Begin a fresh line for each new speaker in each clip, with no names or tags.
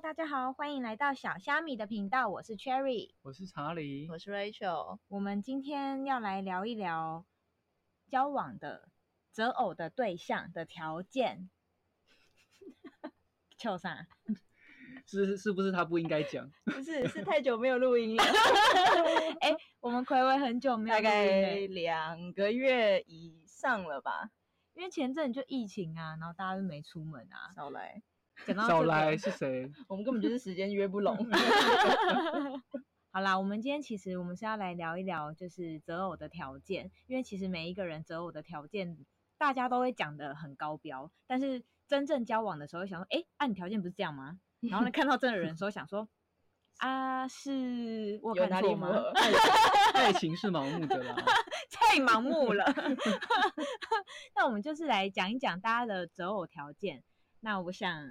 大家好，欢迎来到小虾米的频道，我是 Cherry。
我是查理。
我是 Rachel，
我们今天要来聊一聊交往的择偶的对象的条件。 秋啥？
是是不是他不应该 讲？
不是是太久没有录音了，
哎、我们暌违很久没有
大
录音了
概两个月以上了吧，
因为前阵就疫情啊，然后大家都没出门啊。
少来，
讲到、这
少
个
来是 谁？
我们根本就是时间约不拢。
好啦，我们今天其实我们是要来聊一聊，就是择偶的条件，因为其实每一个人择偶的条件，大家都会讲的很高标，但是真正交往的时候，想说，哎，啊，你条件不是这样吗？然后 呢，看到真的人的时候，想说，啊，是我有
有
看
哪
错
里不
吗？
合？
爱情是盲目的啦。
太盲目 了。那我们就是来讲一讲大家的择偶条件。那我想，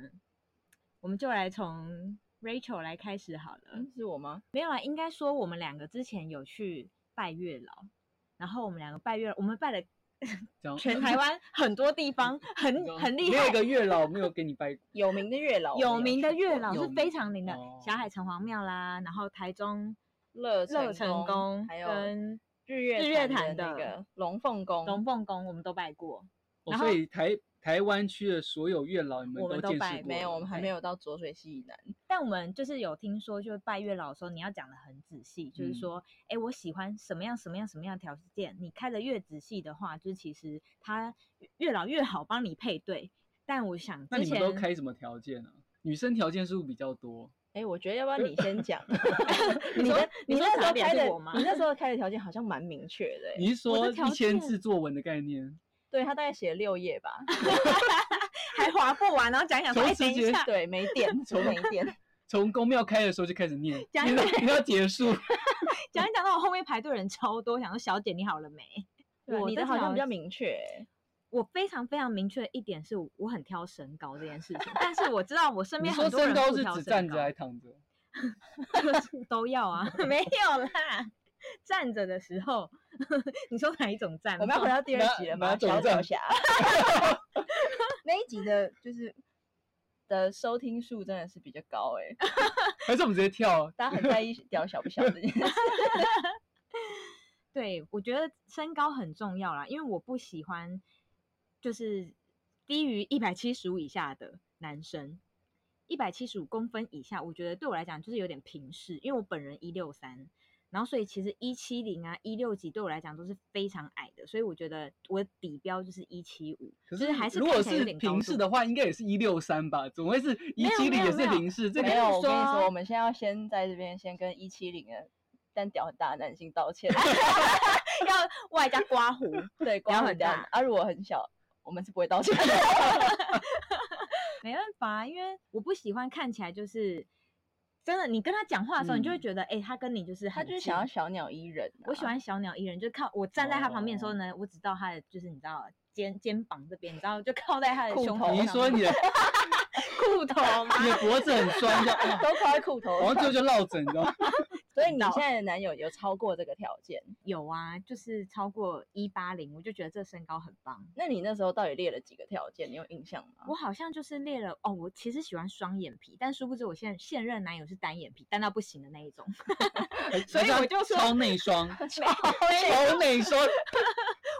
我们就来从 Rachel 来开始好了。
嗯是我吗？
没有啊，应该说我们两个之前有去拜月老，然后我们两个拜月老，我们拜了
讲
全台湾很多地方，很很厉
哦没有一
害。
个月老没有给你 拜过，
有名的月老，
有名的月老
有
是
名
非常灵的
哦，
霞海城隍庙啦，然后台中
乐
乐成
宫，
宫
还有
跟
日月
日月
潭
潭的
那个龙凤宫，
龙凤宫，我们都拜过。
哦
然后
所以台台湾区的所有月老你们
我们都
都见识过
拜
了？
没有，我们还
对
没有到浊水溪以南。
但我们就是有听说，就是拜月老的时候，你要讲的很仔细，
嗯
就是说，哎、我喜欢什么样什么样什么样的条件，你开的越仔细的话，就是其实他月老越好帮你配对。但我想
那
之
你们
前
都开什么条件啊？女生条件是不是比较多？
哎，我觉得要不然你 先讲，你
说
的
你
你
说
那时
傻
候
屌
开
是
的
我吗
你那时候开的条件好像蛮明确的欸，
你是
我
说
的条
一
件
千字作文的概念？
对他大概写了六页吧，
还划不完，然后 讲一讲说，
从
哎、
此
等一
节
下，
对，没电，没电。
从公庙开的时候就开始念，
讲
念到念到结 束。
讲一讲到我后面排队的人超多，想说小姐你好了没？
对啊
我
你的
这
好像比
条
较明确欸，
我非常非常明确的一点是，我很挑身高这件事情，但是我知道我身
你
边
说
很多人
身高
不
是
挑
指
身
站着
高
还躺着？
都要啊， 没有啦， 站着的时候， 你说哪一种站？
我们要回到第二集了
哪
吗？
哪种
小
站
脚侠那一集的就是的收听数真的是比较高哎、
还是我们直接跳？啊
大家很在意屌小不小这件事。
对，我觉得身高很重要啦，因为我不喜欢就是低于一百七十五以下的男生，一百七十五公分以下，我觉得对我来讲就是有点平视，因为我本人一六三，然后所以其实一七零啊一六几对我来讲都是非常矮的，所以我觉得我的底标就是一七五，
可
就是还是
如果
看起来有
是
点高
平
度
视的话，应该也是一六三吧？总会是
没
一
有
七零
没有
也是
没有
平视，这
没
个
有，我跟你
说
说，我们现在要先在这边先跟一七零的但屌很大的男性道歉，
要外加刮胡，
对，
屌
光
很
很
大
大啊，如果很小，我们是不会道歉的。
没办法，因为我不喜欢看起来就是真的，你跟他讲话的时候，你就会
嗯
觉得，哎、他跟你就是
他
很
就是
近
想要。小鸟依人、
我喜。
啊
欢小鸟依人，就靠我站在他旁边的时候呢，
哦
我只到他的就是你知道肩肩膀这边，你知道就靠在他的
裤
胸
头
口上
你
面。
一 说你的
裤头吗？
你的脖子很酸，这样啊
都靠在裤头
然后
上，
就就落枕，你知 道吗？
所以你现在的男友有超过这个条件？
有啊，就是超过一八零，我就觉得这身高很棒。
那你那时候到底列了几个条件？你有印象吗？
我好像就是列了哦，我其实喜欢双眼皮，但殊不知我现现任男友是单眼皮，单到不行的那一种。 所以我就说
超内 双，
没有
超内双，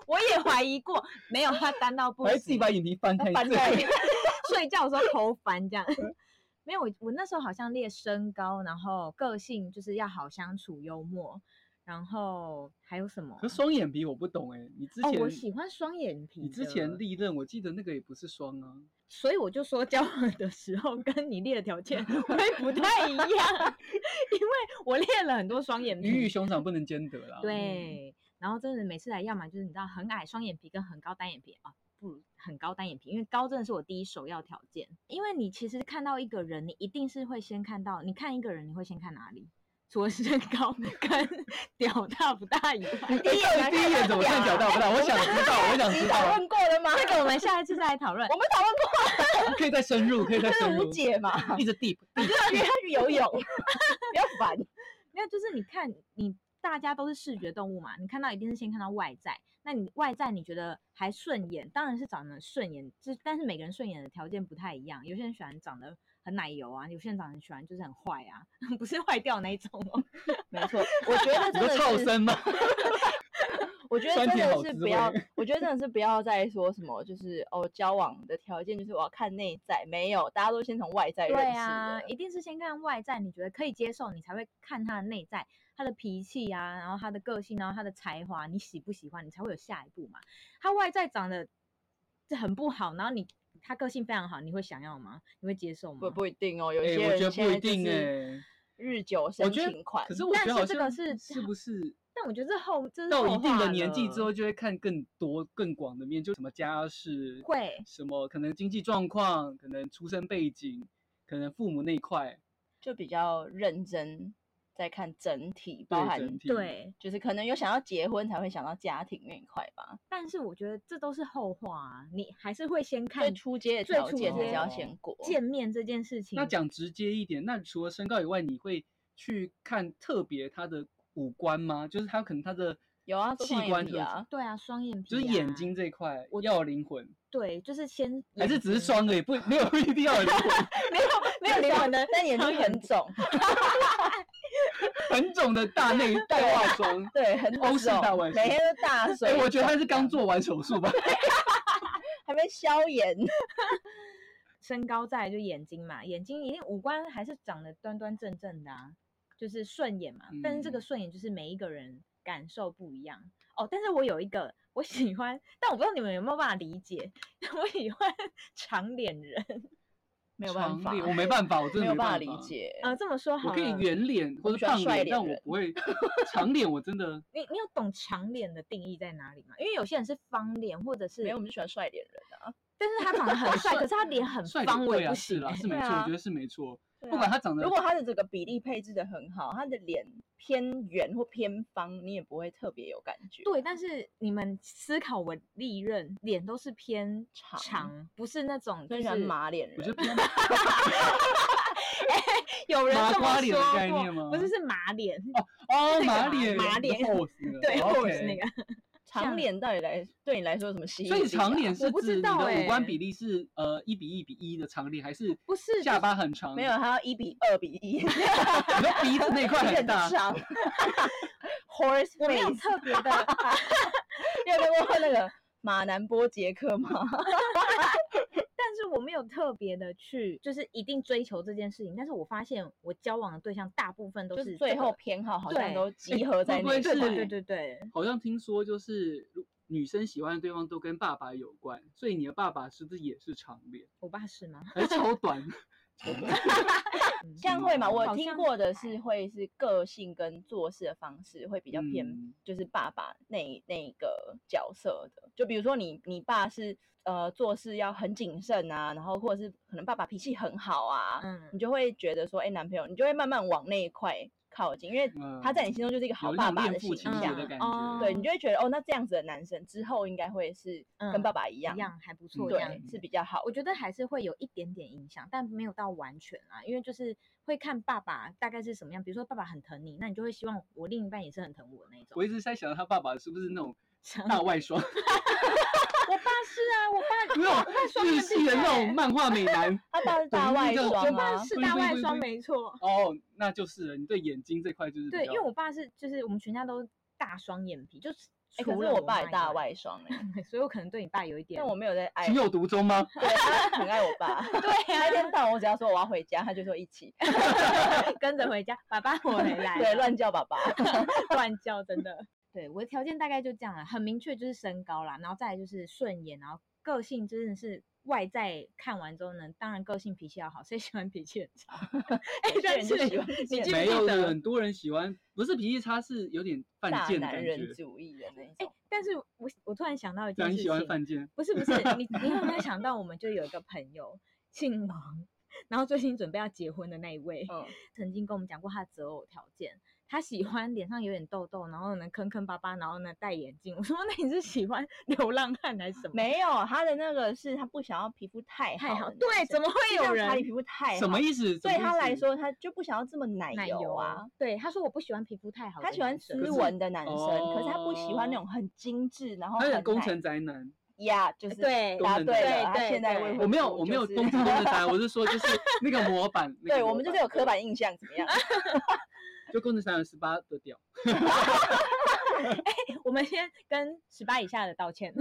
我也怀疑过，没有他单 到不
还
行。
自己把眼皮翻开，
翻开
这个
睡觉的时候头烦这样。 没有，我我那时候好像列身高，然后个性就是要好相处、幽默，然后还有什么啊？
可是双眼皮我不懂哎，你之
哦，
前
我喜欢双眼皮。
你之前，历任，我记得那个也不是双啊，
所以我就说交往的时候跟你列的条件 会不太一样， 因为我列了很多双眼
鱼与
皮。
熊掌不能兼得啦。
嗯对，然后真的每次来，要么就是你知道很矮双眼皮跟很高单眼皮啊，不如很高单眼皮，因为高真的是我第一首要条件。因为你其实看到一个人，你一定是会先看到，你看一个人，你会先看哪里？除了身高 跟屌大不大以外，
哎，到底第一眼怎么看脚大不大？我想知道，我想 知
讨
道，
论过了吗？
这个我们下一次再来讨论。
我们讨论过，
可以再深入，可以再
这
深
是无
入，
解嘛？
一直 deep，
你就要约他去游泳，不要烦。
没有，就是你看你大家都是视觉动物嘛，你看到一定是先看到外在。那你外在你觉得还顺眼，当然是长得顺眼，这但是每个人顺眼的条件不太一样。有些人喜欢长得很奶油啊，有些人长得喜欢就是很坏啊， 不是坏掉那一种哦。
没错，我觉得
你说
真的
超
是，
生吗？
我觉得
酸
真
甜
的
好
是
滋
不要
味，
我觉得真的是不要再说什么，就是哦，交往的条件就是我要看内在，没有，大家都先从外在认识
对
的。
啊，一定是先看外在，你觉得可以接受，你才会看他的内在，他的脾气啊，然后他的个性，然后他的才华，你喜不喜欢，你才会有下一步嘛。他外在长得这很不好，然后你他个性非常好，你会想要吗？你会接受吗？
不不一定哦，有
哎、
些
我
人
觉得
现
不
在
一
就
定哎、
是日久生
我觉
情
得
款。
可是我觉
但
得
是
好
这
像
个是
是不是
但我觉得这后这是
到一
后
定的
话
年纪之后
了
就会看更多更广的面，就什么家世，
会
什么可能经济状况，可能出身背景，可能父母那一块，
就比较认真在看整体，包
对
含
整体，
对，
就是可能有想要结婚才会想到家庭那一块吧，
但是我觉得这都是后话啊，你还是会先看
最初阶的
最
条
初
件
阶
比较
哦
先过。
见面这件事情。
那讲直接一点，那除了身高以外，你会去看特别他的五官吗？就是他可能他的
有啊，做
器
双眼
官
皮
特质
啊，
对啊，双眼皮、
就是眼睛，这一块要有灵魂，
对，就是先
还是
眼
只是
睛
双而已，不没有一定要有灵魂，
没有没 有灵
啊
魂的，
但眼睛很肿，
很肿的大内大外双。
对，很
欧式
肿
大外，
每
形
天都大
哎、
水肿这样。
我觉得他是刚做完手术吧？
还没消炎，
身高在就眼睛嘛，眼睛一定五官还是长得端端正正的啊，就是顺眼嘛。但是这个
嗯
顺眼就是每一个人感受不一样哦。但是我有一个我喜欢，但我不知道你们有没有办法理解， 我喜欢 长脸人。
没有办法
强烈，我没办法，我真
没
的
有
办
法理。解。
呃，这么说好
我
了，
可以圆脸或
我不
者
喜欢
胖
帅
脸，
脸
但我
人
不会长脸，我真的
你你有懂长脸的定义在哪里吗？因为有些人是方脸，或者是
没有，我们就喜欢帅脸人啊。
但是他长得很帅，可是他脸很
帅脸
方，我
对
也
啊，
不
是
行、
啦，
欸。
是没
对
错，我
啊
觉得是没错。
对
不
啊
管他长得
如果他的整个比例配置的很好，他的脸偏圆或偏方，你也不会特别有感觉。
对，但是你们思考我历任脸都是偏
长
长，不是那种
所
就
以喜欢
是
马脸人。
我觉得偏
有人
麻
这么
瓜脸的
说
概
过
念吗
不是，是马脸。
哦，
那个
马
嘛
脸，
马脸
pose 那 个，
对，
哦
或者
，OK
是那个。
长
像
脸到底来对你来说有什么吸引力、
所
啊？
以长脸
我
是
不知
指你的
道
五
欸
官比例是呃一比一比一的长脸，还是
不是
下
就是
巴很长？
没有，，啊它要一比二比一，
你说鼻子那 一块很
很
大，
长。Horse
我没有
face，
特别的，
你有看过那个马南波杰克吗？
但是我没有特别的去，就是一定追求这件事情。但是我发现我交往的对象大部分都
就是是最
这个
后偏好好像
对
都集合在
会不
那
会
一块。
对对对
是
对对，
好像听说就是如女生喜欢的对方都跟爸爸有关，所以你的爸爸是不是也是长脸，
我爸是吗？
还是 超短？ 嗯
这样会吗？我
好
听
像
过的是会是个性跟做事的方式会比较偏，
嗯
就是爸爸那一那一个角色的。就比如说你你爸是呃做事要很谨慎啊，然后或者是可能爸爸脾气很好啊，你
嗯，
就会觉得说，哎、男朋友你就会慢慢往那一块靠近，因为他在你心中就是一个
嗯
好
有一
爸
种
爸
恋
的
父
形
情
形
节
象
的
象。
感
哦
觉。
对你就会觉得哦，那这样子的男生之后应该会是跟爸
嗯
爸一样，
一样还不错，这样
对，
子
是比较好
我。觉得还是会有一点点影响，但没有到完全啦，因为就是会看爸爸大概是什么样。比如说爸爸很疼你，那你就会希望我另一半也是很疼我那种
我。一直在想他爸爸是不是那种
长
大外 双，
我爸是啊，我爸
没有
我爸双
日
眼皮
系的那
欸
种漫画美 男。
他爸是大
懂
外
那个
双
我
啊
爸，是
不
大
不
外
不
双，
不
没错。
哦，那就是了，你对眼睛这块就是比
对，因为
较
我爸是就是我们全家都大双眼皮，就是
哎、可
除
是
了
我
我
爸也
以
大
外，
外 双哎、
所以我可能对你爸有一点
但。我没有在爱
情，有独钟吗？
对他很爱我爸。对、
啊
那天到晚我只要说我要回家，他就说一起，
跟着回家，爸爸 我回来了。
对，乱叫爸 爸。
乱叫，真的。 对，我的条件大概就这样了，很明确就是身高啦，然后再来就是顺眼，然后个性真的是外在看完之后呢，当然个性脾气要好，谁喜欢脾气很差？ 哎、
有些
但
人
是
就喜欢脾气
你
很
记不
没
记
有的，
得？
很多人喜欢，不是脾气差，是有点犯
大
贱的
男
感
人
觉。
主义的那一
哎、
种，
但是我我突然想到一件
那
事
你
情，
喜欢犯贱？
不是不是，你你有没有想到，我们就有一个朋友姓 王，然后最近准备要结婚的那一位，
嗯，
曾经跟我们讲过他的择偶条件，他喜欢脸上有点痘痘，然后呢坑坑巴巴，然后呢戴眼镜。我说那你是喜欢 流浪汉还是什么？
没有，他的那个是他不想要皮肤太
太好，
的男
对，
生
怎么会
就
有
像查理
人
皮肤太好？
什么意思？
对
什么意
他来
思，
说，他就不想要这么奶
奶
油
油
啊？。
对，他说我不喜欢皮肤太好的
他
男
喜
生，
欢斯
可是
文的男生，可是他不喜欢那
哦
种很精致，然后
他有点
很
工
奶
程呃宅男。
呀就是
对
答
功能
对
的
了。他
对
现在
对
未
对
婚
我没有，
夫
我没有
就是
攻击工程宅，我是说就是那个模 板。那个
对我
模
们就是
板
有刻板印象，怎 么样？
就工程宅男十八的屌。
我们先跟十八以下的道歉。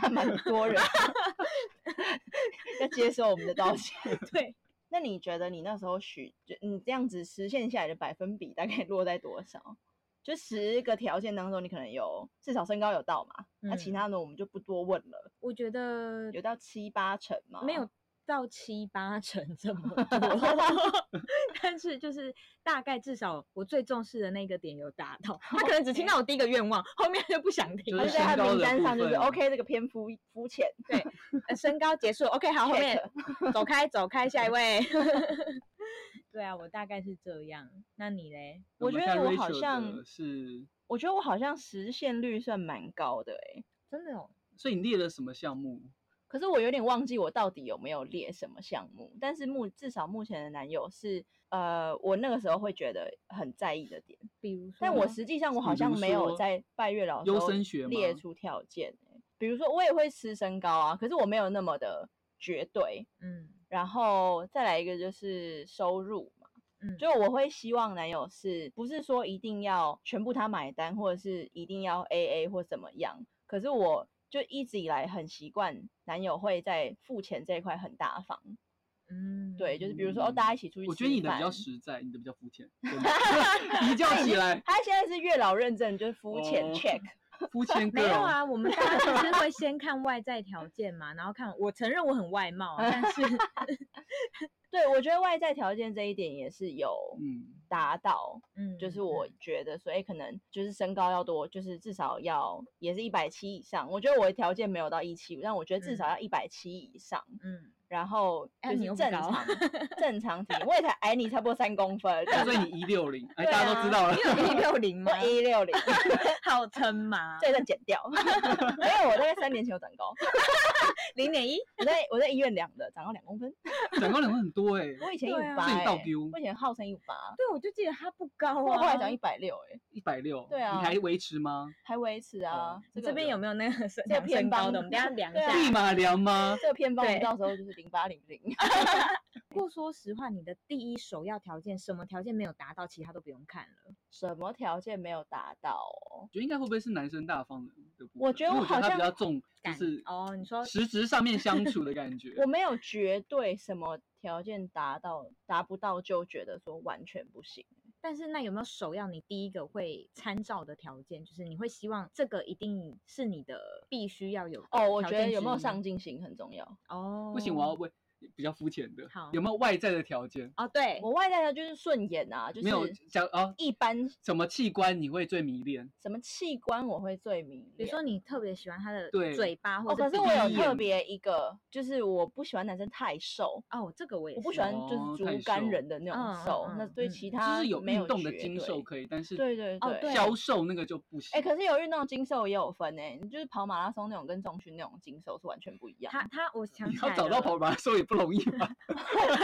那蛮多人 要接受我们的道歉。
对，
那你觉得你那时候许，就你这样子实现下来的百分比大概落在多少？就十个条件当中，你可能有至少身高有到嘛？ 那、其
嗯
他的我们就不多问了，
我觉得
有啊到七八成吗？
没有到七八成这么 多， 但是就是大概至少我最重视的那个点有达到。他可能只 听到我第一个愿望，后面他就不想听
他
了。
就
就
身
在他的
高
名
的
单
部
上就是
分
OK，这个偏肤肤浅。
呃身高结束，OK，好，后面走开，走开，下一位。 对啊，我大概是这样。那你嘞？
我
们
觉得
看
我
Rachel
好
的
像
是，
我觉得我好像实现率算蛮高的诶、
真的哦，
所以你列了什么项目？
可是我有点忘记我到底有没有列什么项目，但是目至少目前的男友是呃，我那个时候会觉得很在意的点，
比如说，
但我实际上我好
比
像
如
没有
说
在拜月老的时
优
候
生学
列
吗
出条件欸、比如说我也会吃身高啊，可是我没有那么的绝对。
嗯
然后再来一个就是收入嘛，
嗯，
就我会希望男友是不是说一定要全部他买单，或者是一定要 A A 或怎么样？可是我就一直以来很习惯男友会在付钱这一块很大方，
嗯，
对，就是比如说哦，大家一起出去吃饭，
我觉得你的比较实在，你的比较肤 浅。真的比较起来，
他现在是月老认证，就是肤浅
哦
check，、
肤浅
没有
girl。
啊，我们 大家就是会先看外在条件嘛，然后看我承认我很外貌啊，但 是
对我觉得外在条件这一点也是有
嗯，
达到，
嗯，
就是我
嗯
觉得，所以可能就是身高要多，就是至少要也是一百七以上。我觉得我的条件没有到一七五，但我觉得至少要一百七以上，
嗯
然后
哎
就
你
是
又
正
不高
常 正常体型，我也才矮你差不多三公分，
啊所以你一六 零，哎，
对
大家都知道 了。
嗯一六零吗
我？一六零，
号称 吗？
这一段剪掉，没有，我大概三年前有长高，
零点一，
我在我在医院量的，长高两公分，
长高两个很多哎，
啊我以前一五
对啊
八欸
所以你，倒丢
我以前号称一五八，
对，我就记得他不高
我
啊。
后来长一百六，哎，
一百六，
对啊
你还维持吗？
还维持啊，
哦你
个
这边有没有那个身
这个
量
偏
身高
帮
的？我们等一下量一
对啊
立
下。
马量吗？
这个偏方，我们
对
到时候就是零八零零。
不过说实话，你的第一首要条件，什么条件没有达到，其他都不用看了。
什么条件没有达到哦？
觉得应该会不会是男生大方的部分？
我觉得
因为
我
我觉得他
好
比
像
较重，就
感
是
哦你说
实质上面相处的感觉。
我没有绝对什么条件达到达不到就觉得说完全不行。
但是那有没有首要你第一个会参照的条件，就是你会希望这个一定是你的必须要有的
哦，我
条
觉得
件
有
之
没有
一
上进心很重要。
哦，
不行，我要为比较肤浅的
好，
有没有外在的条件？
哦，对，
我外在条就是顺眼啊，就
没有
是
讲啊，
一般
什么器官你会最迷恋？
什么器官我会最迷恋。
比如说你特别喜欢他的
对
嘴巴，或
哦，
者
可是
鼻
我有
第一
特
眼
别一个，就是我不喜欢男生太瘦，
哦，这个我也
我不喜
是
欢就是
哦
竹
太
竿
瘦
人的那
嗯
种瘦。那
嗯
对
嗯
其
就
他
是有
没有
运动的
绝
精瘦
对
可啊以，但是
对对
哦对
消瘦那个就不行。
哎、可是有运动的精瘦也有分哎、你就是跑马拉松那种跟中训那种精瘦是完全不一样。
他他，我想
你
起
要
来
找到
了
跑马拉松也不容易吧？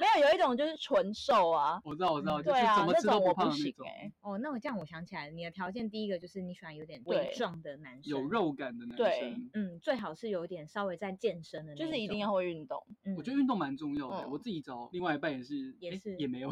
没有，有一种就是纯瘦啊，
我知道，我知道，
嗯
就
对
是
啊
怎，么
那
吃都
种我
胖的那
行
种，
哎、
哦，那我这样我想起来了，你的条件第一个就是你喜欢有点
对
微壮的男生，
有，肉感的男
对
生。
嗯，最好是有点稍微在健身的那种，
就是一定要会运动。
嗯，
我觉得运动蛮重要的，我
嗯哎
自己找另外一半也是，
也
诶
是
也 没有，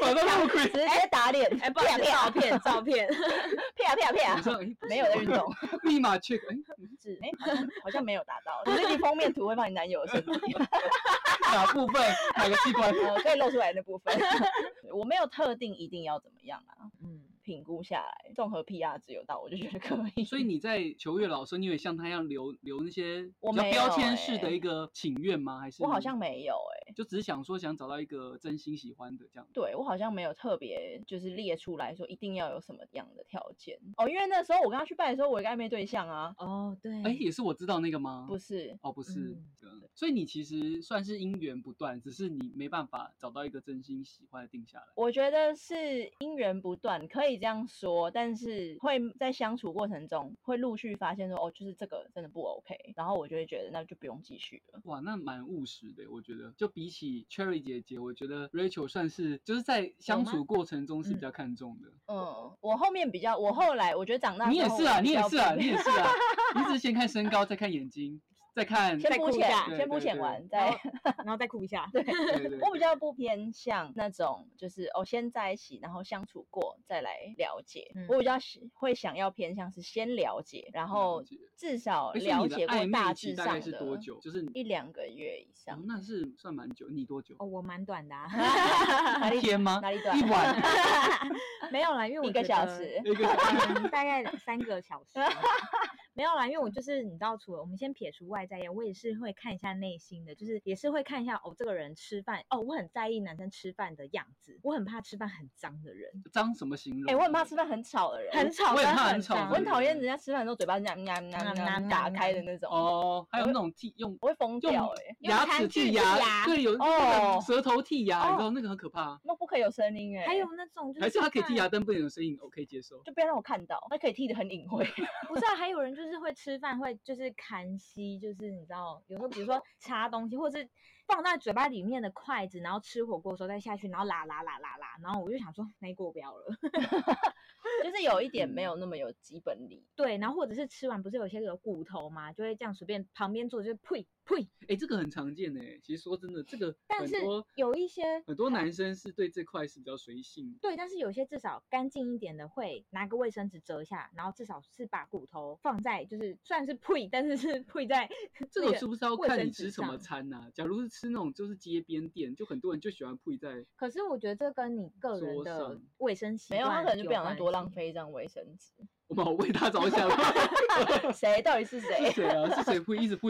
反正不亏
直。接打脸，
哎，不好意思，照片照 片，
啪啪
我说
啪，
哎，不
啊没
行
有在运动，
立马 check，哎，
是
哎、好像好像没有达到。你最近封面图会放你男友的身体，
哪部分哪个器官？
呃，可以露出来那部分。 我没有特定一定要怎么样啊，
嗯，
评估下来，综合 PR 值有到，我就觉得可以。
所以你在求月老的时候，你也像他一样留留那些
我
比较
没
标
有
签式
哎
的一个请愿吗？还是
我好
你
像没有哎、
就只是想说想找到一个真心喜欢的这样。
对我好像没有特别就是列出来说一定要有什么样的条件哦，因为那时候我跟他去拜的时候，我有一个暧昧对象啊，
哦，对，
哎、也是我知道那个吗？
不是，
哦，不是、
嗯
嗯所以你其实算是姻缘不断，只是你没办法找到一个真心喜欢的定下来。
我觉得是姻缘不断，可以这样说，但是会在相处过程中会陆续发现说哦，就是这个真的不 OK，然后我就会觉得那就不用继续了。
哇，那蛮务实的，我觉得。就比起 Cherry 姐姐，我觉得 Rachel 算是就是在相
吗
处过程中是
嗯
比较看重的。
嗯，我后面比较，我后来我觉得长大
你也
之后
是
我
啊，
比
你也
较
是啊，
不
你也是啊，你只是先看身高，再看眼睛，再看
先
再
肤
哭一
浅
下，
对
先肤
对
浅
对
完
然
再
后。然后再哭一下，
对对
我
对
比较不偏向那种，就是哦，先在一起，然后相处过再来了解。
嗯
我比较喜会想要偏向是先了解，然后
解
至少
诶所以
了
你的
解过
暧
大
昧期
致
大
上
概
的
是多久？就是你
一两个月以
哦
上，，
那是算蛮久。你多久
哦，？我蛮短的、啊，
哪
一
里
天吗？
哪里短
一 晚
没有啦，因为
嗯
我
一个
觉
小
得嗯
时
一个小时
大概三个小 时。没有啦，因为我就是你知道，除了我们先撇除外在业，我也是会看一下内心的，就是也是会看一下哦，这个人吃饭哦，我很在意男生吃饭的样子，我很怕吃饭很脏的人，
张什么形容？
哎、我很怕吃饭很吵的人，
很吵，
我也怕 很
很
吵
脏
我很
的
讨厌
人
人家吃饭的时候嘴巴呀呀呀
嗯
呀打开的那种，
哦，还有那种剔用
我会疯
用
掉哎、欸，
用
牙
餐
齿
具
剔
剔
牙，
牙
对，有那
哦
个舌头剔牙，你知
哦
道那个很可怕。
那不可以有声音哎、
还有。那种就是
还是他可以剔
看
牙，但不能有声音，我可以接受。
就不要让我看到，那可以剃得很隐晦。
不是、啊，还有人就是会吃饭，会就是砍吸，就是你知道，有时候比如说插东西，或者是放在嘴巴里面的筷子，然后吃火锅的时候再下去，然后啦啦啦啦啦，然后我就想说那一锅不要了。
就是有一点没
嗯
有那么有基本礼
对，然后或者是吃完不是有些有骨头嘛，就会这样随便旁边坐就是呸呸，
哎、这个很常见呢、其实说真的，这个
但
很
是
多
有一些
很多男生是对这块是比较随性的。
对，但是有些至少干净一点的会拿个卫生纸折一下，然后至少是把骨头放在就是虽然是呸，但是 是呸在
这
那
个
个
是不是要
卫
看
生
你
纸
吃什么
上
餐呐、假如是吃那种就是街边店，就很多人就喜欢配在
可是我觉得这跟你个人
桌
的
上
卫生习
没
惯
有，他可能就不想
要
再多浪。费一张卫生纸。
我们好为他着想，
谁到底是
是
谁？
谁啊？是谁配一直配？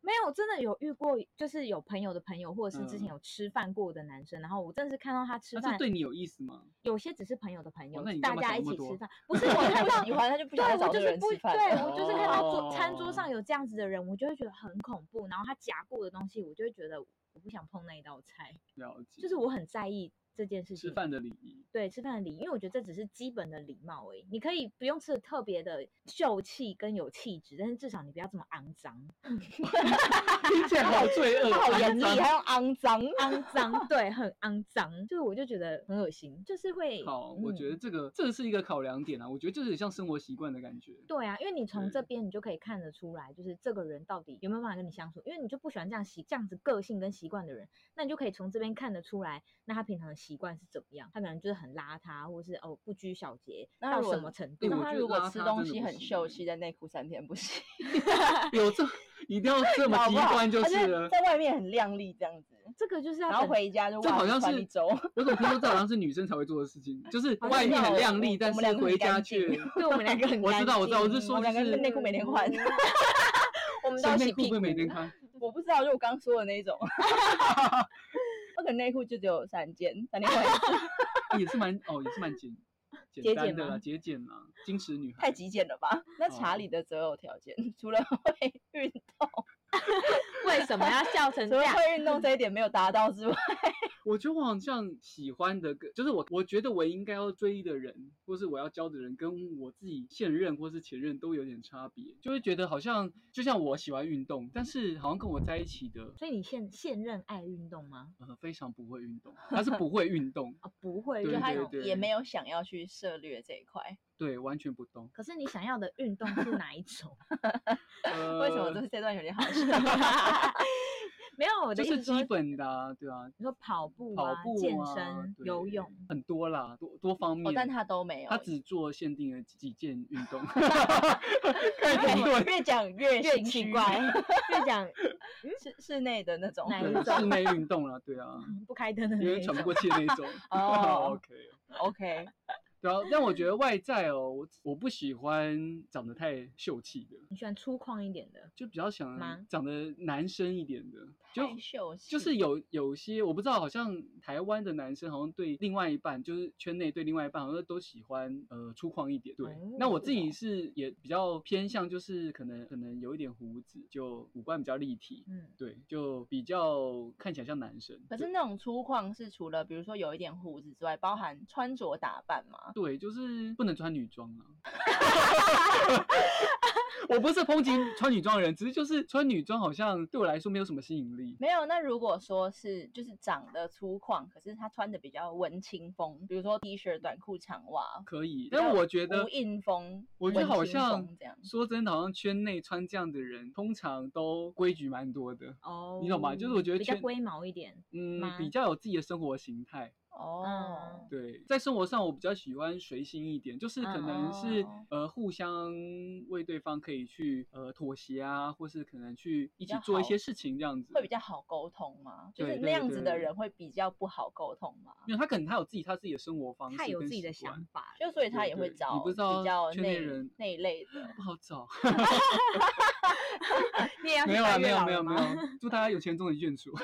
没有，真的有遇过，就是有朋友的朋友，或者是之前
嗯
有吃饭过的男生，然后我真的是看到他吃
那
饭
啊这，对你有意思吗？
有些只是朋友的朋友，
那你
大
干嘛
家
想
一
那么
起
多
吃 饭，不是
我
我看
不
到
喜欢，他就不
对
想再
我
找
就
这个
是
人
不
吃饭
对
了。
我就是看到桌餐
哦
桌上有这样子的人，我就会觉得很恐怖。然后他夹过的东西，我就会觉得我不想碰那一道菜，
了解，
就是我很在意这件事情。
吃饭的礼仪。
对吃饭的礼，因为我觉得这只是基本的礼貌而已。你可以不用吃的特别的秀气跟有气质，但是至少你不要这么肮脏
听起来好罪 恶，
他好严厉，啊
肮
还
脏
要肮脏。
肮脏， 对，很肮脏，就是我就觉得很恶心，就是会。
好，我觉
嗯
得这个这个是一个考量点啊，我觉得这有点像生活习惯的感觉。
对啊，因为你从这
对
边你就可以看得出来，就是这个人到底有没有办法跟你相处，因为你就不喜欢这样习这样子个性跟习惯的人，那你就可以从这边看得出来，那他平常的习惯是怎么样，他可能就是很邋遢，或是哦不拘小节
那
到
如
什
果
么程
对
度
我觉
那。他
得
如果
邋
吃
遢
东
真的
西
不
很
行欸
秀气，在内裤三天不行，
有这一定要这么
好
极
不好
端就
他
是了。
在外面很靓丽这样子，
这个就是要
然后
等
回家就
这
袜
好
子
像
穿
是
一周。
我怎么听说这好像是女生才会做的事情，就是
好像
外面 很
是哦
靓
我
丽，但
我们
是
两个
回
很
家
干净
却
对我们两个很
我知
干
道我知道我是
净
说
我们两
就
个
是
内裤每 天换，我们都要
内
洗
裤
屁
会
股。
每天穿。
我不知道，就我刚说的那 一种。 我可能内裤就只有三件，三天换一次，啊
也是蛮哦，也是蛮 简
节
简单
俭
的啦，
吗
节俭啦，矜持女孩。
太极简了吧？那
哦
查理的择偶条件，除了会运动，
为什么要笑成
除
这
了
样？
会运动这一点没有达到之外，
我觉得我好像喜欢的跟，就是我我觉得我应该要追的人，或是我要交的人，跟我自己现任或是前任都有点差别，就会觉得好像就像我喜欢运动，但是好像跟我在一起的。
所以你现现任爱运动吗？，
呃，非常不会运动，他是不会运动
啊、不会
对
运
就他
动。
对
也没有想要去涉略这一块。
对，完全不动。
可是你想要的运动是哪一种？
呃，
为什么这这段有点好笑？
没有，我的
就
意
是
思说
基，本的、啊，对啊，
你说跑步
跑
啊、
步
健
啊
身、
对
游泳，
很多啦，多多方面。
哦，但他都没有。
嗯他只做限定的几几件运动， 开始评论
越讲越
越
心
奇
虚
怪， 越讲
室室内的那种。
哪一
对
种
室内运动啦，对啊，
嗯不开灯的
因
那
为
一
喘 不
种。
过气的那种。
哦
，OK，
OK，
对然后，但我觉得外在哦，我我不喜欢长得太秀气的，
你喜欢粗犷一点的，
就比较
吗
想长得男生一点的，就
太秀气
就是有有些我不知道，好像台湾的男生好像对另外一半，就是圈内对另外一半，好像都喜欢呃粗犷一点。对，那
哦
我
是
自己
哦
是也比较偏向，就是可能可能有一点胡子，就五官比较立体，
嗯，
对，就比较看起来像男生。
可
对
是那种粗犷是除了比如说有一点胡子之外，包含穿着打扮嘛？
对，就是不能穿女装 啊。我不是抨击穿女装的人，只是就是穿女装好像对我来说没有什么吸引力。
没有，那如果说是就是长得粗犷，可是他穿的比较文青风，比如说 T 恤、短裤、长袜，
可以，
比
但
较
我觉得
无印风
我觉得
文
好
青
像
风这样
说真的，好像圈内穿这样的人，通常都规矩蛮多的。
哦，
你懂吗就是我觉得
比较
圈
龟毛一点，
嗯，比
吗
较有自己的生活形态。
哦。
对，在生活上我比较喜欢随心一点，就是可能是、
哦
呃互相为对方可以去呃妥协啊，或是可能去一
比
起
较
做一
好
些事情这样子。
会比较好沟通吗？就是
对
那
对
样子的
对
人会比较不好沟通吗？
因为他可能他有自己他自己的生活方式，
太有自己的想
法，
法了，
就所以他
对
也会
对你
找
不知道
比较
圈内
内
人
那一类的。
不好 找。
你也要去
没有啊，
拜
没
月
有
老
没有
了
没
吗
有，祝大家有钱终成眷属。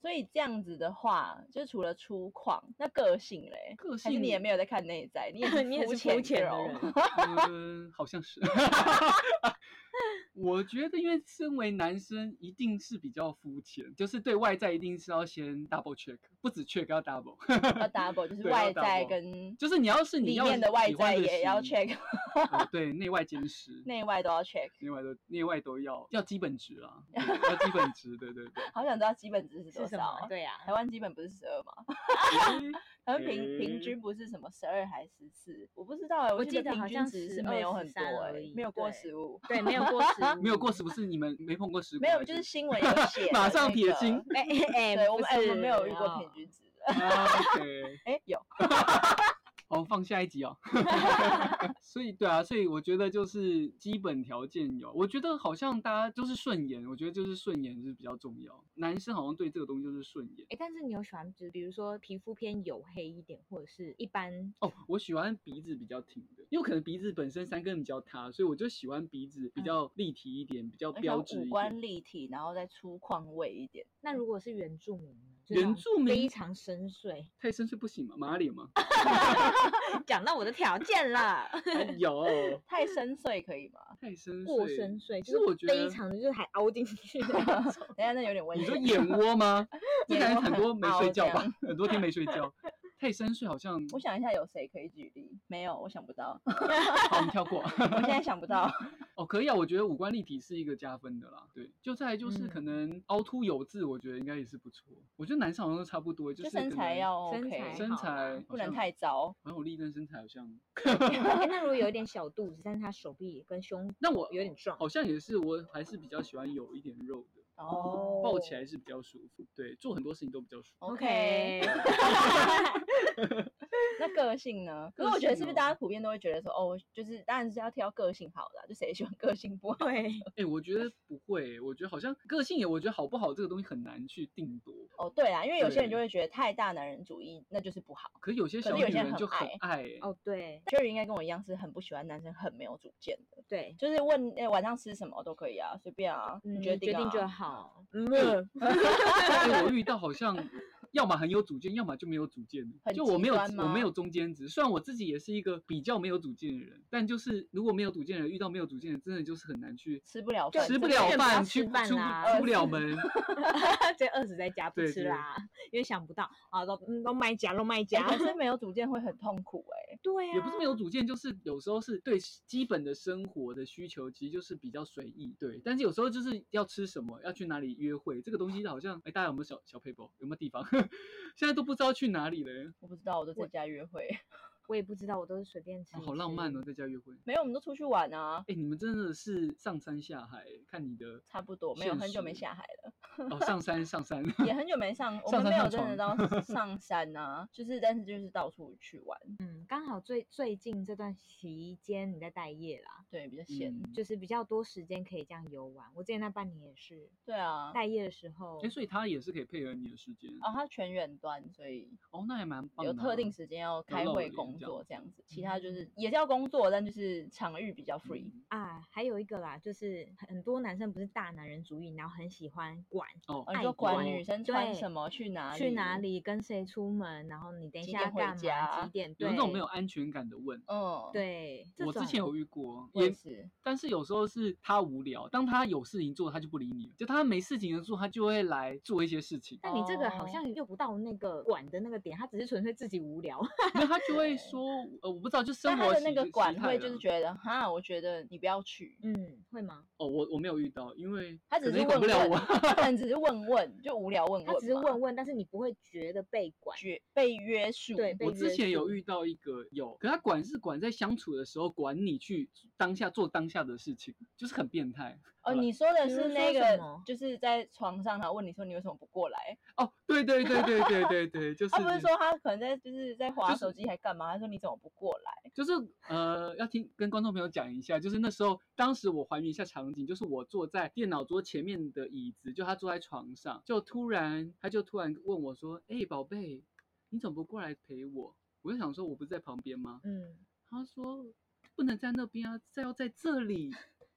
所以这样子的话，就除了粗犷，那个性嘞，
个
还是你也
性
没有在看内在，你也
你也
肤
是
浅
肤浅的
girl
人
嗯，好像是。 我觉得，因为身为男生，一定是比较肤浅，就是对外在一定是要先 double check，不止 check 要 double，
要 double 就是
对要
外在
double
跟
就是你要是你
里
要
面的外
喜欢
在
的
也要
型
check，
呃对，内外兼施，
内外都要 check。
内外都内外都要，要基本值啊，对 要基本值，对对对。
好想知道基本值是多
是什
少
么？
欸？
对呀，
台湾基本不是十二吗？
诶
好像平平
诶
均不是什么十二还十四，我不知道哎、我
我
记
记
得
得
平
好
均
像
值是
12
没有很多
13
哎、
而已
没有过
对
十五，
对，没有过十五，
没有过是不是你们没碰过十？
没有就是新闻有写的
马上
那
撇
个
清
哎 哎，
对，我
不
们哎、我
是
们没有遇过
哦
平均值的。
啊 OK，
哎、有，
好，放下一集哦。所以对啊，所以我觉得就是基本条件有，我觉得好像大家就是顺眼，我觉得就是顺眼是比较重要。男生好像对这个东西就是顺眼
哎、但是你有喜欢，就是比如说皮肤偏黝黑一点，或者是一般
哦。我喜欢鼻子比较挺的，因为可能鼻子本身三根比较塌，所以我就喜欢鼻子比
嗯
较立体一点，比较
我想
标志
五
一
官
点。
立体，然后再粗犷位一点。
那如果是原住民呢？就是
原
那种
住民
非常深邃，
太深邃不行嘛，马脸啊 嘛，
讲到我的条件 了，
哎有
太深邃可以吗？
太深邃，
过深邃，
其
就
实
是
我觉
非
得
常的就是还凹进 去的那种
等一下那有点危
你
险。
说眼窝 吗？这
眼
感觉
窝
很多没
凹
睡
这
觉吧
样，
很多天没睡觉，太深邃好像
我想一下有谁可以举例？没有，我想不到，
好，我们跳过。
我现在想 不到。
哦，可以啊，我觉得五官立体是一个加分的啦。对，就再来就是可
嗯
能凹凸有致，我觉得应该也是不错。我觉得男生好像都差不多，
就是身
可
材
能
要
身
OK，
材
身
好啦
材
不能太。糟。
然后我立正身材好像，
哎那如果有一点小肚子，但是他手臂跟胸
那我哦
有点壮，
好像也是，我还是比较喜欢有一点肉的，
哦，
抱起来是比较舒服。对，做很多事情都比较舒服。
OK。那 个性呢？可是
个
我觉得
性
是不是
哦
大家普遍都会觉得说，哦，就是当然是要挑个性好的啊，就谁喜欢个性不好？
对，
哎、我觉得不会，我觉得好像个性也，我觉得好不好这个东西很难去定夺。
哦，对啊，因为有些人就
对
会觉得太大男人主义，那就是不好。
可是有些小
可是
女
有些人
人
很
就很
爱
爱、欸，
哦对
Jerry 应该跟我一样是很不喜欢男生很没有主见的，
对，
就是问哎、晚上吃什么都可以啊，随便啊，
嗯
你决定、啊、
就 好。
嗯，
哎，我遇到好像要么很有主见，要么就没有主见的。
很
就我没有
极端
我没有
吗
中间值，虽然我自己也是一个比较没有主见的人，但就是如果没有主见的人遇到没有主见的人，真的就是很难去
吃不了
就
饭，
吃不
真的
了
是不要
饭，
吃
去出
饭啦
啊
出不了门。
这二十在家不
对
吃
对
啦，因为想不到啊，都嗯都卖家，都卖
哎
家
可，是没有主见会很痛苦哎、
对
也不是没
啊
有主见，就是有时候是对基本的生活的需求，其实就是比较随意。对，但是有时候就是要吃什么，要去哪里约会，这个东西好像哎，大家有没有小小 paper 有没有地方？ 现在都不知道去哪里了，
我不知道，我都在家约会，
我也不知道，我都是随便吃
哦
一吃。
好浪漫哦，在家约会。
没有，我们都出去玩啊，
哎、你们真的是上山下海，看你的
差不多没有很久没下海了，
哦，上山上山，嗯
也很久 没上，我
上
们没
山
有
上
真的 到上山啊，就是但是就是到处去玩，
嗯，刚好最最近这段期间你在待业啦，
对，比较闲。
嗯，
就是比较多时间可以这样游玩。我之前那半年也是
对啊，
待业的时候，
哎，所以他也是可以配合你的时间
啊，它全远端，所以
哦，那还蛮棒的
有
啊。
特定时间要开
露
会
脸这
工
样
作这样子，其他就是也是要工作，但就是场域比较 free。
嗯
啊，还有一个啦，就是很多男生不是大男人主义，然后很喜欢管
哦，
哦，你
爱
就管
国
女生穿
对
什么，去哪里，
去哪，里、跟谁出门，然后你等一
几
下
点
要
回
干嘛、
家
几点？
有
对，
那种没有安全感的问。
嗯，，
对，这
我之前
种，
有遇过，
我也
也
是，
但是有时候是他无聊，当他有事情做，他就不理你了；就他没事情做，他就会来做一些事情
但你这个好
哦
像又不到那个管的那个点，他只是纯粹自己无 聊。
因为他就会
对
说，呃，我不知道，就
但
生
他
活
的 那
习
个
习
管
态啊
会就
啦
是觉得，哈，我觉得你不要去，
嗯，会吗？
哦，我我没有遇到，因为
他
可
只
能
是
也管
问
不了
问，
我，
他可能只是问问，就无聊问问嘛，
他只是问问，但是你不会觉得被管。
觉被约束，
对被
我
约
之前有
束
遇到一个有，可他管是管在相处的时候管你去当下做当下的事情，就是很变态。好
哦，
了
你说的
你是
是
说
那
什
个
么，
就是在床上，然后问你说你为什么不过来？
哦，对对对对对对对，就是
他不是说他可能在就是在划
就是
手机还干嘛？他说你怎么不过来？
就是呃，要听跟观众朋友讲一下，就是那时候，当时我还原一下场景，就是我坐在电脑桌前面的椅子，就他坐在床上，就突然他就突然问我说：“哎、宝贝，你怎么不过来陪我？”我就想说，我不是在旁边吗？
嗯，
他说：“不能在那边啊，在要在这里。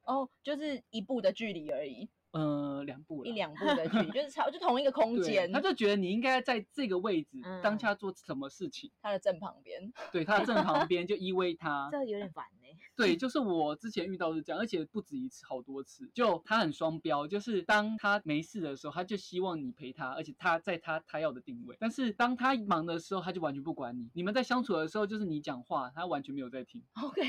哦，就是一步的距离而已，”
呃，两步
一
啦
两步的 距离，就是差就同一个空
对
间，
他就觉得你应该在这个位置、当
嗯
下做什么事情，
他的正旁 边。
对他的正旁边就依偎 他，
这有点烦欸呢、
对，就是我之前遇到是这样，而且不止一次，好多次。就他很双标，就是当他没事的时候，他就希望你陪他，而且他在他他要的定位。但是当他忙的时候，他就完全不管你。你们在相处的时候，就是你讲话，他完全没有在 听，
OK，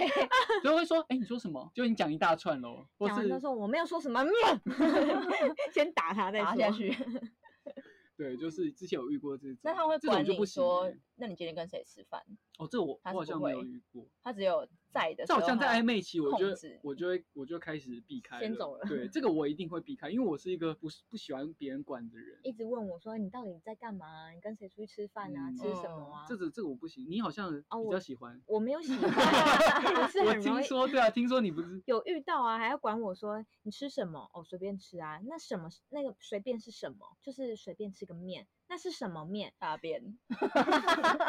就会说：“哎、你说什么？”就你讲一大串喽，或
讲完
是
之后我没有说什么， 先打他再
打
说
下。去。
对，就是之前有遇过这种。
那他会
这种
管
就不
你
行
说
欸。，
那你今天跟谁吃饭？
哦，这我
他
我
是
好
不
像没有
会
遇过。
他只有在的时
这
候，
好像在暧。昧期，我
控
就
制
我就会我就开始避开，
先走了
对，这个我一定会避开，因为我是一个不是不喜欢别人管的人。
一直问我说你到底在干嘛？你跟谁出去吃饭啊？
嗯
吃什么啊？
这个这个我不行，你好像
啊
比较
我
喜欢。
我没有 喜欢啊，我是
我
很容
听
易
说，对啊，听说你不是
有遇到啊，还要管我说你吃什么哦，随便吃啊。那什么是那个随便是什么？就是随便吃个面，那是什么面？
大 便，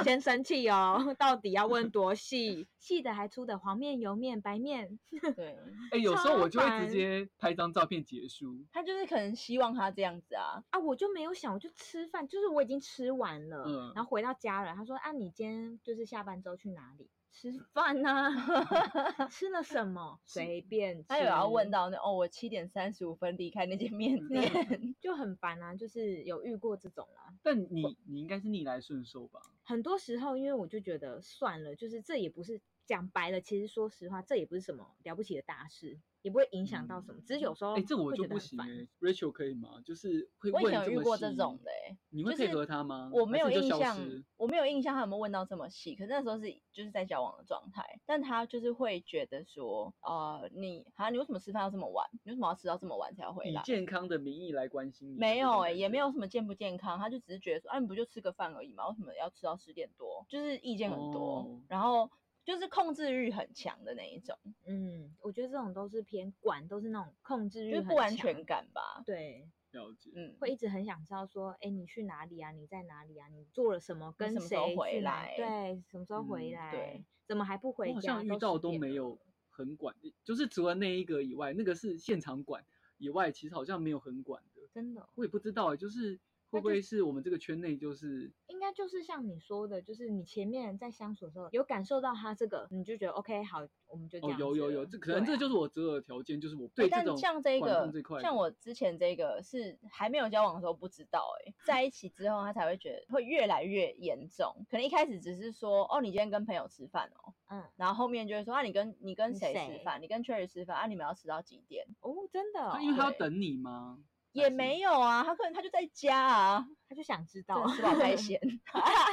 先生气哦， 到底要问多细？细的还粗的，黄面、油面、白面，
对
哎、有时候我就
超
会
烦
直接拍张照片结 束。
他就是可能希望他这样子啊，
啊，我就没有想，我就吃饭，就是我已经吃完了，
嗯
然后回到家了。他说啊，你今天就是下班之后去哪里吃饭呢、 吃了什么？随便吃。
他有要问，到那哦，我七点三十五分离开那间面 店，
就很烦啊，就是有遇过这种啊啦。
嗯但你你应该是逆来顺受吧？
很多时候，因为我就觉得算了，就是这也不是讲白了，其实说实话，这也不是什么了不起的大事，也不会影响到什么。只是有时候，
哦
哎、这我就不行哎、
哎、
Rachel 可以吗？就是会
我以
问
前有
这
遇
么
过这
细
种的、欸，
你会
就是
配合他吗？
我没有
还是
印
你就消
象
失，
我没有印象他有没有问到这么细。可是那时候是就是在交往的状态，但他就是会觉得说，呃，你啊，你为什么吃饭要这么晚？你为什么要吃到这么晚才要回
以
来？
健康的名义来关心你的那种感觉。
没有哎、也没有什么健不健康，他就只是觉得说，啊，你不就吃个饭而已嘛，为什么要吃到十点多？就是意见很多，
哦
然后就是控制欲很强的那一种，
嗯，我觉得这种都是偏管，都是那种控制欲
就是
很
不安
强
全感吧。
对，
了解。
嗯，
会一直很想知道说，哎，你去哪里啊？你在哪里啊？你做了什么？跟
什么时候
谁
回
去哪
来
对，什么时候
嗯
回
对
来？怎么还不回
我好
家？
像遇到
10
都
点
没
了
有很管，就是除了那一个以外，那个是现场管以外，其实好像没有很管的。
真的哦，
我也不知道欸，就是会
那
不
就
会是我们这个圈内就是
应该就是像你说的，就是你前面在相处的时候有感受到他这个，你就觉得 OK，好，我们就这
哦
样子了。
有有有，这可能
对
这就
啊
是我择偶的条件，就是我
欸
对这
但
种
像这
管
个
控这块，
像我之前这个是还没有交往的时候不知道、欸，在一起之后他才会觉得会越来越严重。可能一开始只是说，哦，你今天跟朋友吃饭哦，
嗯
然后后面就会说，啊，你跟你跟
跟
谁
谁
吃饭？你跟 Cherry 吃饭啊？你们要吃到几点？
哦，真的哦、
那因为他要
对
等你吗？还
也
是
没有啊，他可能他就在家啊，
他就想知
真
道
的吃饱开闲。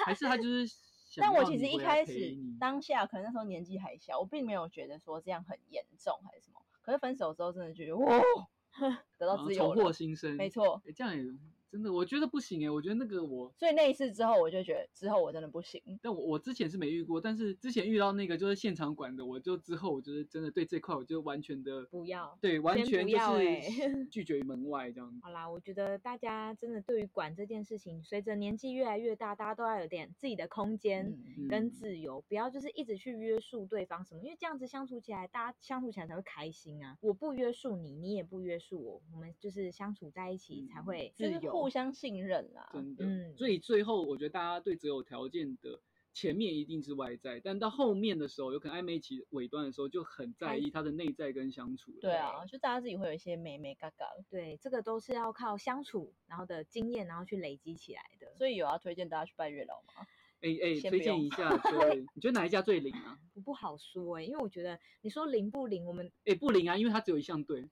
还是他就是想
但我
要
其
你
实一
回来
开
陪
始
你
当下可能那时候年纪还小，我并没有觉得说这样很严重还是什么。可是分手之后真的觉得，哇、哦得
然
到
后
自
嗯重
由了
获。新生，哎
没错，
诶，这样也真的，我觉得不行哎，我觉得那个我。
所以那一次之后，我就觉得之后我真的不行。
但我我之前是没遇过，但是之前遇到那个就是现场管的，我就之后我就是真的对这块我就完全的
不要
对，完
先
全
不
就
要
是
欸 啊
拒绝于门外这样子。
好啦，我觉得大家真的对于管这件事情，随着年纪越来越大，大家都要有点自己的空间。
嗯，
嗯
跟自由，不要就是一直去约束对方什么，因为这样子相处起来，大家相处起来才会开心啊！我不约束你，你也不约束我，我们就是相处在一起才
嗯
会
就
自
是
由。
互相信任啦。
真的。
嗯
所以最后我觉得大家对择偶条件的前面一定是外在，但到后面的时候，有可能暧昧期尾端的时候就很在意他的内在跟相处了。
对啊，就大家自己会有一些美美嘎嘎的，
对，这个都是要靠相处，然后的经验，然后去累积起来的。
所以有要推荐大家去拜月老吗？
哎哎，
先
推
不
荐
用
一 下，对，你觉得哪一家最灵啊？
我不好说哎、因为我觉得你说灵不灵，我们
哎，不灵啊，因为它只有一项对。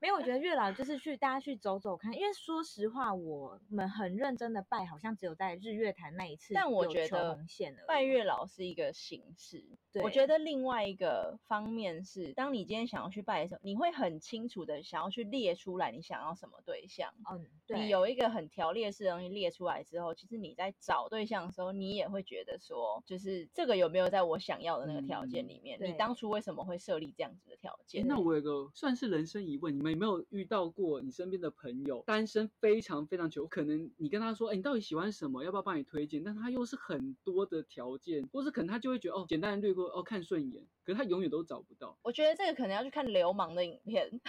没有，我觉得月老就是去大家去走走看，因为说实话，我们很认真的拜，好像只有在日月潭那一次，
但我觉得
红线了。
拜月老是一个形式，我
对
觉得另外一个方面是，当你今天想要去拜的时候，你会很清楚的想要去列出来你想要什么对象。
嗯，对，
你有一个很条列式的东西列出来之后，其实你在找对象的时候，你也会觉得说，就是这个有没有在我想要的那个条件
嗯
里面？你
对
当初为什么会设立这样子的条
诶
件？
那我有个算是人生疑问，你们有没有遇到过你身边的朋友单身非常非常久？可能你跟他说，哎、你到底喜欢什么？要不要帮你推荐？但他又是很多的条件，或是可能他就会觉得哦，简单的略过，哦，看顺眼，可是他永远都找不到。
我觉得这个可能要去看流氓的影片，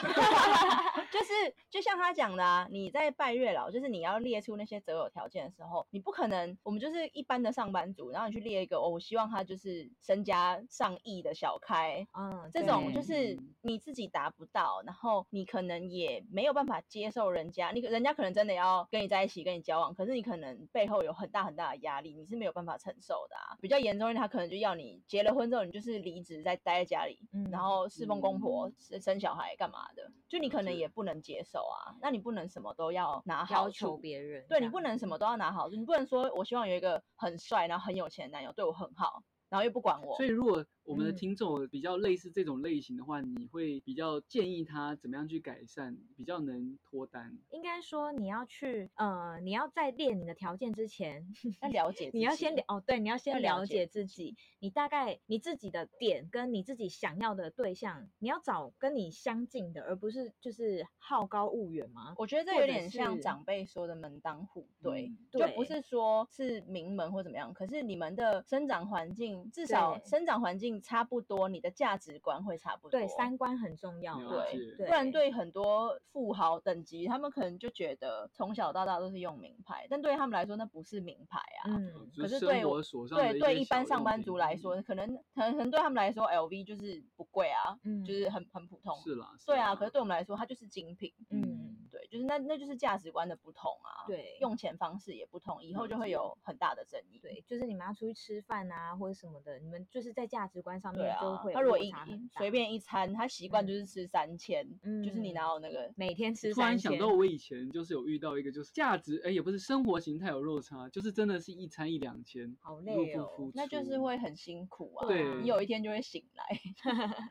就是就像他讲的啊，你在拜月老，就是你要列出那些择偶条件的时候，你不可能，我们就是一般的上班族，然后你去列一个，哦，我希望他就是身家上亿的小开，
嗯，
这种
对
就是
嗯
你自己达不到，然后你可能也没有办法接受人家，你人家可能真的要跟你在一起，跟你交往，可是你可能背后有很大很大的压力，你是没有办法承受的啊。比较严重一点，他可能就要你结了婚之后，你就是离职，再待在家里，
嗯
然后侍奉公婆、生生小孩干嘛的，就你
了
可能
解
也不能接受啊。那你不能什么都要拿好
要求
处
别人这样子，
对你不能什么都要拿好处，你不能说我希望有一个很帅，然后很有钱的男友对我很好，然后又不管我。
所以，如果我们的
嗯
听众有比较类似这种类型的话，你会比较建议他怎么样去改善，比较能脱单？
应该说你要去呃，你要在列你的条件之前，
要了解
你
自
要
己
先了哦，对，你要
要
先
了
了
解
解自己，你大概你自己的点跟你自己想要的对象，你要找跟你相近的，而不是就是好高骛远嘛。
我觉得这
或
有
者
点像
是
长辈说的门当户对，
嗯
就不
对
是说是名门或怎么样，可是你们的生长环境至少
对
生长环境差不多，你的价值观会差不多。
对，三观很重要
了
啦。
解
对，
不然对很多富豪等级，他们可能就觉得从小到大都是用名牌，但对他们来说那不是名牌啊。
嗯，
呃就
可是
生
对我
活所上的
对对，
些
一般
小
上
用
班
品嗯
族来说，可能可能可能对他们来说，LV 就是不贵啊，
嗯
就是很很普通。
是啦，是
对啊，
啦
可是对我们来说，它就是精品。
嗯，
对，就是那那就是价值观的不同啊，
对
用钱方式也不同，以后
了
就会
解
有很大的争议。
对，就是你们要出去吃饭啊，或者什么的，你们就是在价值观上
对
面就
啊
会，有
他如果
落
一
差
一
很大。
随便一餐，他习惯
嗯
就是吃三千，就是你哪
嗯
有那个？
每天吃
突然
三
想
千
到，，我以前就是有遇到一个，就是价值，哎、也不是生活形态有落差，就是真的是一餐一两千，
好
入
累
不
哦
敷出，
那就是会很辛苦啊。
对
你有一天就会醒来，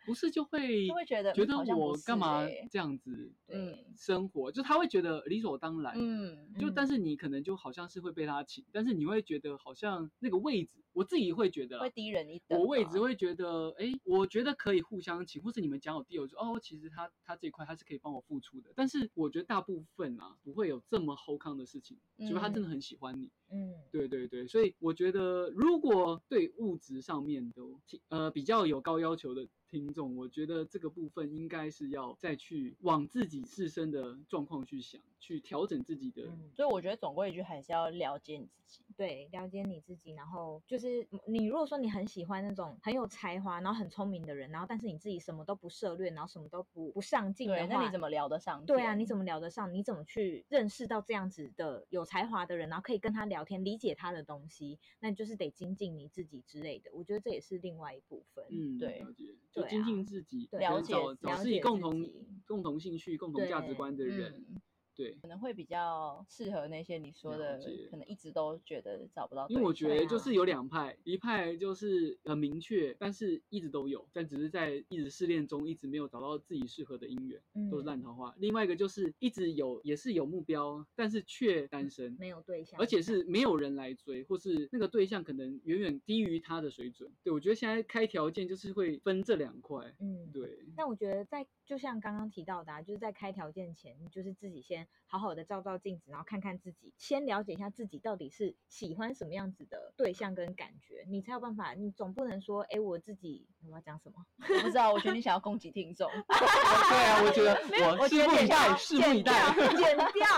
不是就会
就会觉得
觉
嗯
得
好像不
我干
是
嘛
欸
这样子
嗯
生活，就他会觉得理所当然。
嗯，
就但
嗯
是你可能就好像是会被他请，但是你会觉得好像那个位置，我自己会觉得啦
会低人一等。啊
我位置，会觉得，哎、我觉得可以互相请，或是你们讲有地友说，哦，其实他他这一块他是可以帮我付出的，但是我觉得大部分啊不会有这么后康的事情，除非他真的很喜欢你。
嗯，
对对对，所以我觉得如果对物质上面都挺呃比较有高要求的听众，我觉得这个部分应该是要再去往自己自身的状况去想，去调整自己的。
嗯
所以我觉得总归一句还是要了解你自己。
对，了解你自己，然后就是你如果说你很喜欢那种很有才华，然后很聪明的人，然后但是你自己什么都不涉略，然后什么都不不上进的
对，那
话，
你怎么聊得上？
对啊，你怎
么？
么聊得上？你怎么去认识到这样子的有才华的人，然后可以跟他聊天，理解他的东西？那你就是得精进你自己之类的。我觉得这也是另外一部分。
嗯，
对
了解，就
对
精
啊
进自己，
对
可能
了解
找
了
找自
解
己共
自
同
己
共同兴趣、共同价值
对
观的人，
嗯
对，
可能会比较适合那些你说
了
的
解，
可能一直都觉得找不到对
因
象。
为我觉
对
得
啊
就是有两派，一派就是很明确，但是一直都有，但只是在一直试炼中一直没有找到自己适合的姻缘，
嗯
都是烂桃花；另外一个就是一直有，也是有目标，但是却单身，
嗯没有对象，
而且是没有人来追，或是那个对象可能远远低于他的水准。对我觉得现在开条件就是会分这两块，
嗯，
对，
但我觉得在就像刚刚提到的、啊，就是在开条件前，你就是自己先好好的照照镜子，然后看看自己，先了解一下自己到底是喜欢什么样子的对象跟感觉，你才有办法。你总不能说，哎，我自己我要讲什么？
我不知道，我觉得你想要攻击听众，
对啊，我 觉得
我
我
觉
拭
得
目
剪
以
掉
待，拭目以
剪掉
剪
待，
掉，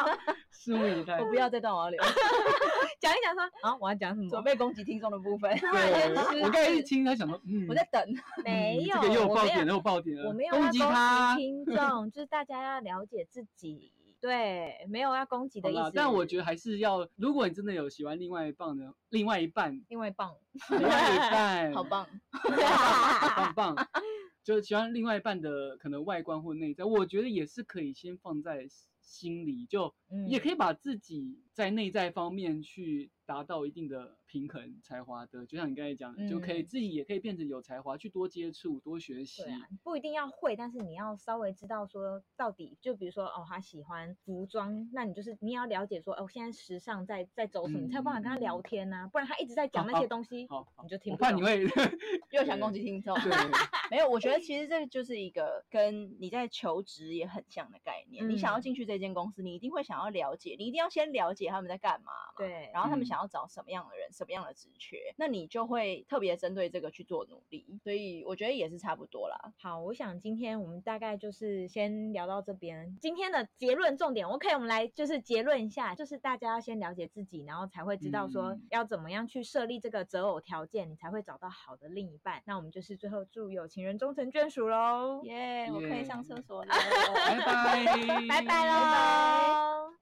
拭目以待
我。不要这段，我要留
讲一讲说啊，我要讲什么？
准备攻击听众的部分。
对，我刚才一听，他想说，嗯，
我在等，
没
嗯
有，
这个又有
我
爆
没有
点，又有爆点了，
我没有要
攻
攻
击
击
他。
听众，就是大家要了解自己，对，没有要攻击
好
的意
啦
思。，
但我觉得还是要，如果你真的有喜欢另外一半的，另外一半，
因为棒，
另外一半，
好，棒，
棒棒，就是喜欢另外一半的可能外观或内在，我觉得也是可以先放在心里，就
嗯
也可以把自己在内在方面去达到一定的平衡才华的，就像你刚才讲的，就可以
嗯
自己也可以变成有才华，去多接触、多学习
对。啊，不一定要会，但是你要稍微知道说到底，就比如说哦，他喜欢服装，那你就是你也要了解说哦，现在时尚在在走什么，你才有办法跟他
嗯嗯嗯
聊天呐、不然他一直在讲
好
那些
好
东西，
好，好
你就听
我
不
怕你
懂
会
又想攻击听众。
对，
没有，我觉得其实这就是一个跟你在求职也很像的概念。你想要
嗯
进去这间公司，你一定会想要了解，你一定要先了解他们在干嘛嘛。
对，
然后他们
嗯
想要找什么样的人，什么样的职缺，那你就会特别针对这个去做努力。所以我觉得也是差不多啦。
好，我想今天我们大概就是先聊到这边。今天的结论重点，OK，我们来就是结论一下，就是大家要先了解自己，然后才会知道说
嗯
要怎么样去设立这个择偶条件，你才会找到好的另一半。那我们就是最后祝有情人终成眷属喽，
耶、我可以上厕
耶
所了。
拜拜，
拜拜
拜
喽。